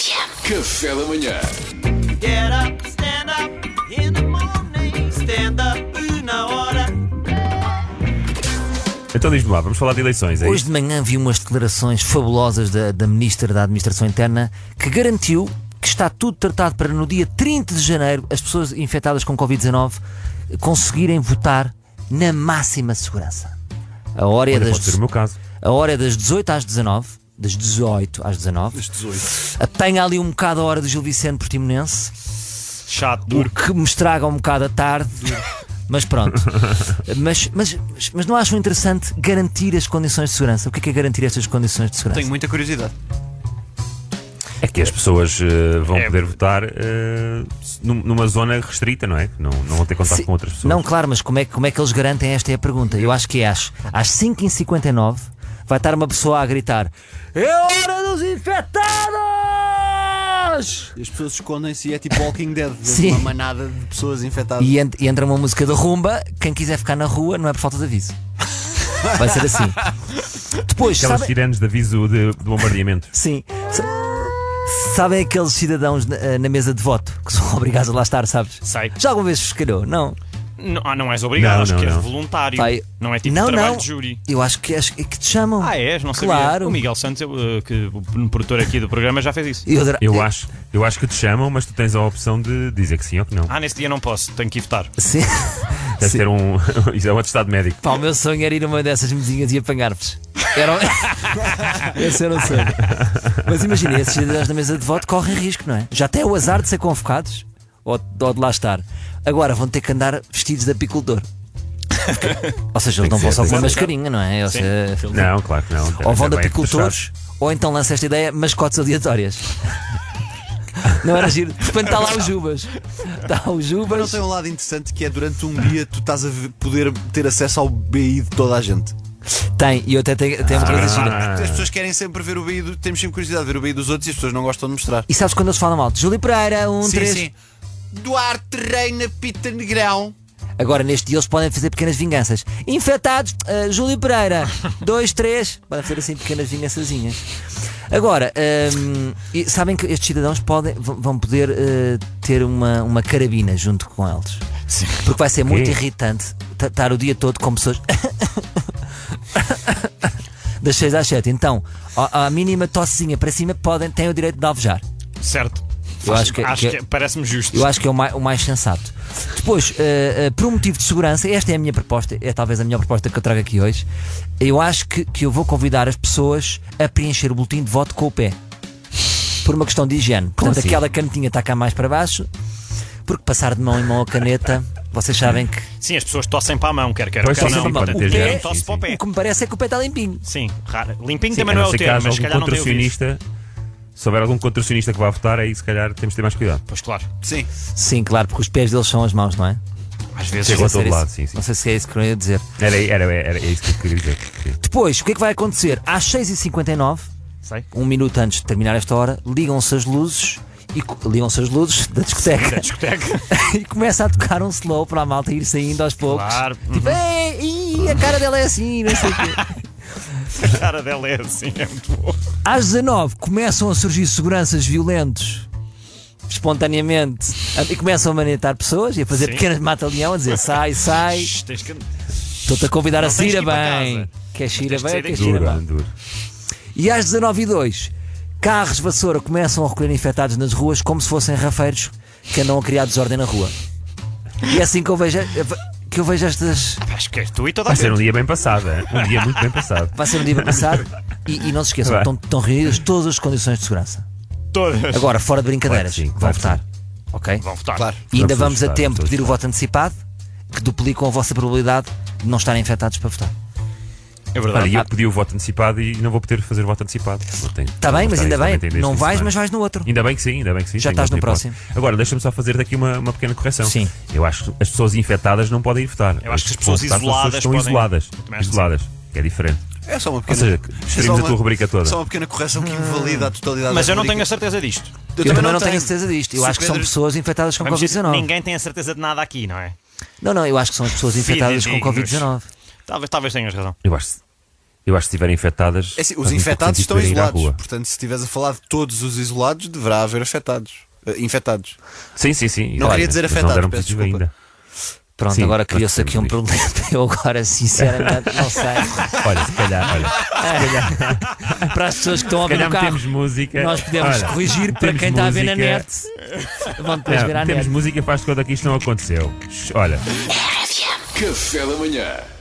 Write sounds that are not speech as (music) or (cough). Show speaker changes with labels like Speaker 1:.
Speaker 1: Café da manhã.
Speaker 2: Get up, stand up in the morning. Stand up na hora.
Speaker 3: Então diz-me lá, vamos falar de eleições, é
Speaker 4: Hoje de manhã vi umas declarações fabulosas da, da Ministra da Administração Interna que garantiu que está tudo tratado para no dia 30 de janeiro as pessoas infectadas com Covid-19 conseguirem votar na máxima segurança. A hora é
Speaker 3: isto? Pode ser
Speaker 4: das,
Speaker 3: o meu caso.
Speaker 4: a hora é das 18 às 19 das 18 às 19. Das 18. Apanha ali um bocado a hora do Gil Vicente Portimonense.
Speaker 5: Chato, duro.
Speaker 4: que me estraga um bocado a tarde. Mas pronto. mas, mas, mas não acham interessante garantir as condições de segurança? O que é, que é garantir estas condições de segurança?
Speaker 5: Tenho muita curiosidade.
Speaker 3: É que as pessoas eh, vão
Speaker 6: É.
Speaker 3: poder votar eh, num- numa zona restrita, não é? Não, não vão ter contato
Speaker 4: Se-
Speaker 3: com outras pessoas.
Speaker 4: Não, claro, mas como é, que- como é que eles garantem? Esta é a pergunta. Eu acho que é às, às 5h59 vai estar uma pessoa a gritar: É hora dos infectados!
Speaker 5: As pessoas escondem-se e é tipo Walking Dead
Speaker 4: Sim.
Speaker 5: uma manada de pessoas infectadas.
Speaker 4: E, ent- e entra uma música de rumba. Quem quiser ficar na rua, não é por falta de aviso. Vai ser assim. Depois,
Speaker 3: Aquelas
Speaker 4: sabem-
Speaker 3: tiranos de aviso de, de
Speaker 4: (laughs)
Speaker 3: bombardeamento.
Speaker 4: Sim. Sa- Sabem aqueles cidadãos na, eh, na mesa de voto que são (laughs) obrigados a lá estar, sabes?
Speaker 6: Sei.
Speaker 4: Já alguma vez vos calhou? Não.
Speaker 6: Não, ah, não és obrigado,
Speaker 3: Não,
Speaker 6: acho
Speaker 3: não,
Speaker 6: que
Speaker 3: não.
Speaker 6: és voluntário.
Speaker 4: Pai,
Speaker 6: Não é tipo
Speaker 4: não,
Speaker 6: trabalho
Speaker 4: não.
Speaker 6: de júri.
Speaker 4: Eu acho que, acho que que te chamam.
Speaker 6: Ah, és? Não sabia.
Speaker 4: Claro.
Speaker 6: O Miguel Santos, eu, eh, que o produtor aqui do programa, já fez isso.
Speaker 4: Eu, adora- eh,
Speaker 3: Eu acho, eu acho que te chamam, mas tu tens a opção de dizer que sim ou que não.
Speaker 6: Ah, nesse dia não posso, tenho que ir votar.
Speaker 4: Sim. (laughs)
Speaker 3: Deve ter um. (laughs) Isso é um atestado médico.
Speaker 4: Pá, o meu sonho era ir a uma dessas mesinhas e apanhar-vos. Era... o- (laughs) Esse era o sonho. Mas imagina, esses cidadãos na mesa de voto correm risco, não é? Já até o azar de ser convocados ou, ou de lá estar. Agora vão ter que andar vestidos de apicultor. Ou seja, eles não
Speaker 3: que
Speaker 4: vão
Speaker 3: ser,
Speaker 4: só
Speaker 3: tem
Speaker 4: com uma
Speaker 3: que ser.
Speaker 4: mascarinha, não é? Ou seja,
Speaker 3: Não, claro que não.
Speaker 4: Ou vão de
Speaker 3: Também é
Speaker 4: apicultores, ou então lança esta ideia, mascotes aleatórias. Não era giro. De repente está lá o Jubas. Está o
Speaker 5: Não
Speaker 4: Jubas.
Speaker 5: tem um lado interessante que é durante um dia tu estás a ver- poder ter acesso ao BI de toda a gente.
Speaker 4: Tem, e eu até tenho, tenho uma coisa gira.
Speaker 3: Ah.
Speaker 5: As pessoas querem sempre ver o BI, do, temos sempre curiosidade de ver o BI dos outros e as pessoas não gostam de mostrar.
Speaker 4: E sabes quando eles falam alto? Júlio Pereira, um, três.
Speaker 5: Duarte Reina Pita Negrão.
Speaker 4: Agora neste dia eles podem fazer pequenas vinganças. Infetados, ah, Júlio Pereira, dois, três. Podem fazer assim pequenas vingançazinhas. Agora, ahm, e sabem que estes cidadãos podem, vão vão poder ah, ter uma, uma carabina junto com eles.
Speaker 6: Sim.
Speaker 4: Porque vai ser muito
Speaker 3: quê?
Speaker 4: irritante ta- estar o dia todo com pessoas. Das 6 às 7. Então, a, a mínima tossezinha para cima podem, têm o direito de alvejar.
Speaker 6: Certo.
Speaker 4: Eu acho que- que-
Speaker 6: parece-me justo.
Speaker 4: Eu acho que é o mai- o mais, sensato. Depois, eh, eh, por um motivo de segurança, esta é a minha proposta, é talvez a melhor proposta que eu trago aqui hoje. Eu acho que, que eu vou convidar as pessoas a preencher o boletim de voto com o pé. Por uma questão de higiene. Portanto,
Speaker 3: assim?
Speaker 4: aquela canetinha está cá mais para baixo, porque passar de mão em mão a caneta, vocês sabem que.
Speaker 6: Sim, as pessoas tossem para a mão, quer quer
Speaker 3: Pois
Speaker 6: quer
Speaker 4: tossem
Speaker 6: não.
Speaker 4: para a mão.
Speaker 6: Portanto,
Speaker 4: O pé-
Speaker 6: eu tosse para o pé.
Speaker 4: O que me parece é que o pé está limpinho.
Speaker 6: Sim, raro. Limpinho
Speaker 3: Sim, a
Speaker 6: também não é
Speaker 3: não
Speaker 6: o
Speaker 3: ser que
Speaker 6: termo,
Speaker 3: haja
Speaker 6: mas se
Speaker 3: algum
Speaker 6: calhar não tem o visto.
Speaker 3: um contracionista. Se houver algum contracionista que vá votar, aí se calhar temos de ter mais cuidado.
Speaker 6: Pois claro,
Speaker 5: Sim.
Speaker 4: Sim, claro, porque os pés deles são as mãos, não é?
Speaker 6: às vezes
Speaker 3: Chegou a
Speaker 4: Deve ser
Speaker 3: todo
Speaker 4: isso.
Speaker 3: lado, sim, sim.
Speaker 4: Não sei se é isso que eu ia dizer.
Speaker 3: Era, era, era, era isso que eu queria dizer. Sim.
Speaker 4: Depois, o que é que vai acontecer? Às 6h59,
Speaker 6: Sei.
Speaker 4: um minuto antes de terminar esta hora, ligam-se as luzes e co- ligam-se as luzes da discoteca
Speaker 6: discoteca.
Speaker 4: (laughs) e começa a tocar um slow para a malta ir saindo aos poucos.
Speaker 6: Claro. (laughs)
Speaker 4: Tipo, "Ei, ih, a cara dela é assim, não sei o quê.
Speaker 6: A cara dela é assim, é muito boa.
Speaker 4: Às 19 começam a surgir seguranças violentos espontaneamente a- e começam a maniatar pessoas e a fazer
Speaker 6: Sim.
Speaker 4: pequenas mata-leão, a dizer sai, sai,
Speaker 6: Shhh, tens que-
Speaker 4: estou-te a convidar a
Speaker 6: Não tens
Speaker 4: sair a
Speaker 6: que ir para
Speaker 4: bem.
Speaker 6: casa.
Speaker 4: Queres ir
Speaker 6: Tens que
Speaker 4: a bem ou
Speaker 6: sair
Speaker 4: queres ir a
Speaker 3: Duro,
Speaker 4: bem?
Speaker 3: duro.
Speaker 4: E às 19 h 02 carros vassoura começam a recolher infectados nas ruas como se fossem rafeiros que andam a criar desordem na rua. E é assim que eu vejo, que eu vejo estas.
Speaker 6: Pá, Acho que és tu e toda a
Speaker 3: Vai ser
Speaker 6: gente.
Speaker 3: um dia bem passado, é? um dia muito bem passado.
Speaker 4: Vai ser um dia bem passado. E, e não se esqueçam,
Speaker 3: Vai.
Speaker 4: estão, estão reunidas todas as condições de segurança.
Speaker 6: Todas.
Speaker 4: Agora, fora de brincadeiras,
Speaker 3: Claro que sim,
Speaker 4: vão
Speaker 3: claro que
Speaker 4: votar. Ok?
Speaker 6: Vão votar.
Speaker 5: Claro.
Speaker 4: E ainda
Speaker 3: Vamos
Speaker 4: vamos a
Speaker 3: votar,
Speaker 4: tempo de
Speaker 3: vamos
Speaker 4: pedir o voto antecipado, que duplicam a vossa probabilidade de não estarem infectados para votar.
Speaker 6: É
Speaker 3: Olha,
Speaker 6: verdade.
Speaker 3: e eu pedi o voto antecipado e não vou poder fazer o voto antecipado. Não tenho-
Speaker 4: Está Tá bem,
Speaker 3: vou
Speaker 4: mas
Speaker 3: estar
Speaker 4: ainda bem.
Speaker 3: exatamente ainda este
Speaker 4: Não
Speaker 3: fim de
Speaker 4: vais,
Speaker 3: semana.
Speaker 4: mas vais no outro.
Speaker 3: Ainda bem que sim, ainda bem que sim.
Speaker 4: Já
Speaker 3: tenho
Speaker 4: estás no
Speaker 3: outra hipótese.
Speaker 4: próximo.
Speaker 3: Agora, deixa-me só fazer-te aqui uma, uma pequena correção.
Speaker 4: Sim.
Speaker 3: Eu acho que as pessoas infectadas não podem ir votar.
Speaker 6: Eu acho que as
Speaker 3: que vão
Speaker 6: pessoas
Speaker 3: votar são
Speaker 6: isoladas
Speaker 3: as pessoas que
Speaker 6: podem-
Speaker 3: estão isoladas.
Speaker 6: Eu também acho que
Speaker 3: Isoladas. Que é diferente.
Speaker 5: É só uma
Speaker 3: Ou
Speaker 5: pequena.
Speaker 3: seja,
Speaker 5: é só
Speaker 3: destruímos a
Speaker 5: uma-
Speaker 3: tua rubrica toda.
Speaker 5: Só uma pequena correção que invalida a totalidade
Speaker 6: Mas
Speaker 5: da
Speaker 6: eu não tenho
Speaker 5: rubrica.
Speaker 6: a certeza disto.
Speaker 4: Eu, também não tenho certeza disto. Eu
Speaker 5: Se
Speaker 4: acho que são
Speaker 5: Pedro-
Speaker 4: pessoas infectadas com
Speaker 6: Vamos dizer,
Speaker 4: Covid-19.
Speaker 6: ninguém tem a certeza de nada aqui, não é?
Speaker 4: Não, não, eu acho que são as pessoas infectadas com
Speaker 6: Fidedignos.
Speaker 4: Covid-19.
Speaker 6: Talvez, talvez tenhas razão.
Speaker 3: Eu acho Eu acho que se estiverem infectadas.
Speaker 5: É assim,
Speaker 3: faz
Speaker 5: os
Speaker 3: muito
Speaker 5: infectados
Speaker 3: sentido
Speaker 5: estão
Speaker 3: poderem ir à
Speaker 5: isolados.
Speaker 3: rua.
Speaker 5: Portanto, se estiveres a falar de todos os isolados, deverá haver afetados. Eh, infectados.
Speaker 3: Sim, sim, sim.
Speaker 5: Não queria
Speaker 3: Mas
Speaker 5: dizer
Speaker 3: não
Speaker 5: afetado,
Speaker 3: deram
Speaker 5: peço
Speaker 3: positivo
Speaker 5: desculpa.
Speaker 3: ainda.
Speaker 4: Pronto,
Speaker 3: Sim,
Speaker 4: agora
Speaker 3: nós
Speaker 4: criou-se aqui um
Speaker 3: temos
Speaker 4: problema. (laughs) Eu agora, sinceramente, não sei.
Speaker 3: Olha, se calhar, olha. Se
Speaker 4: Para as pessoas que estão a ver
Speaker 3: calhar
Speaker 4: no carro,
Speaker 3: metemos música.
Speaker 4: nós podemos
Speaker 3: Olha,
Speaker 4: corrigir para
Speaker 3: metemos
Speaker 4: quem está a ver na
Speaker 3: música.
Speaker 4: net. Vão depois ver
Speaker 3: É,
Speaker 4: à
Speaker 3: temos
Speaker 4: net.
Speaker 3: música, faz de conta que isto não aconteceu. Olha.
Speaker 1: Café da manhã.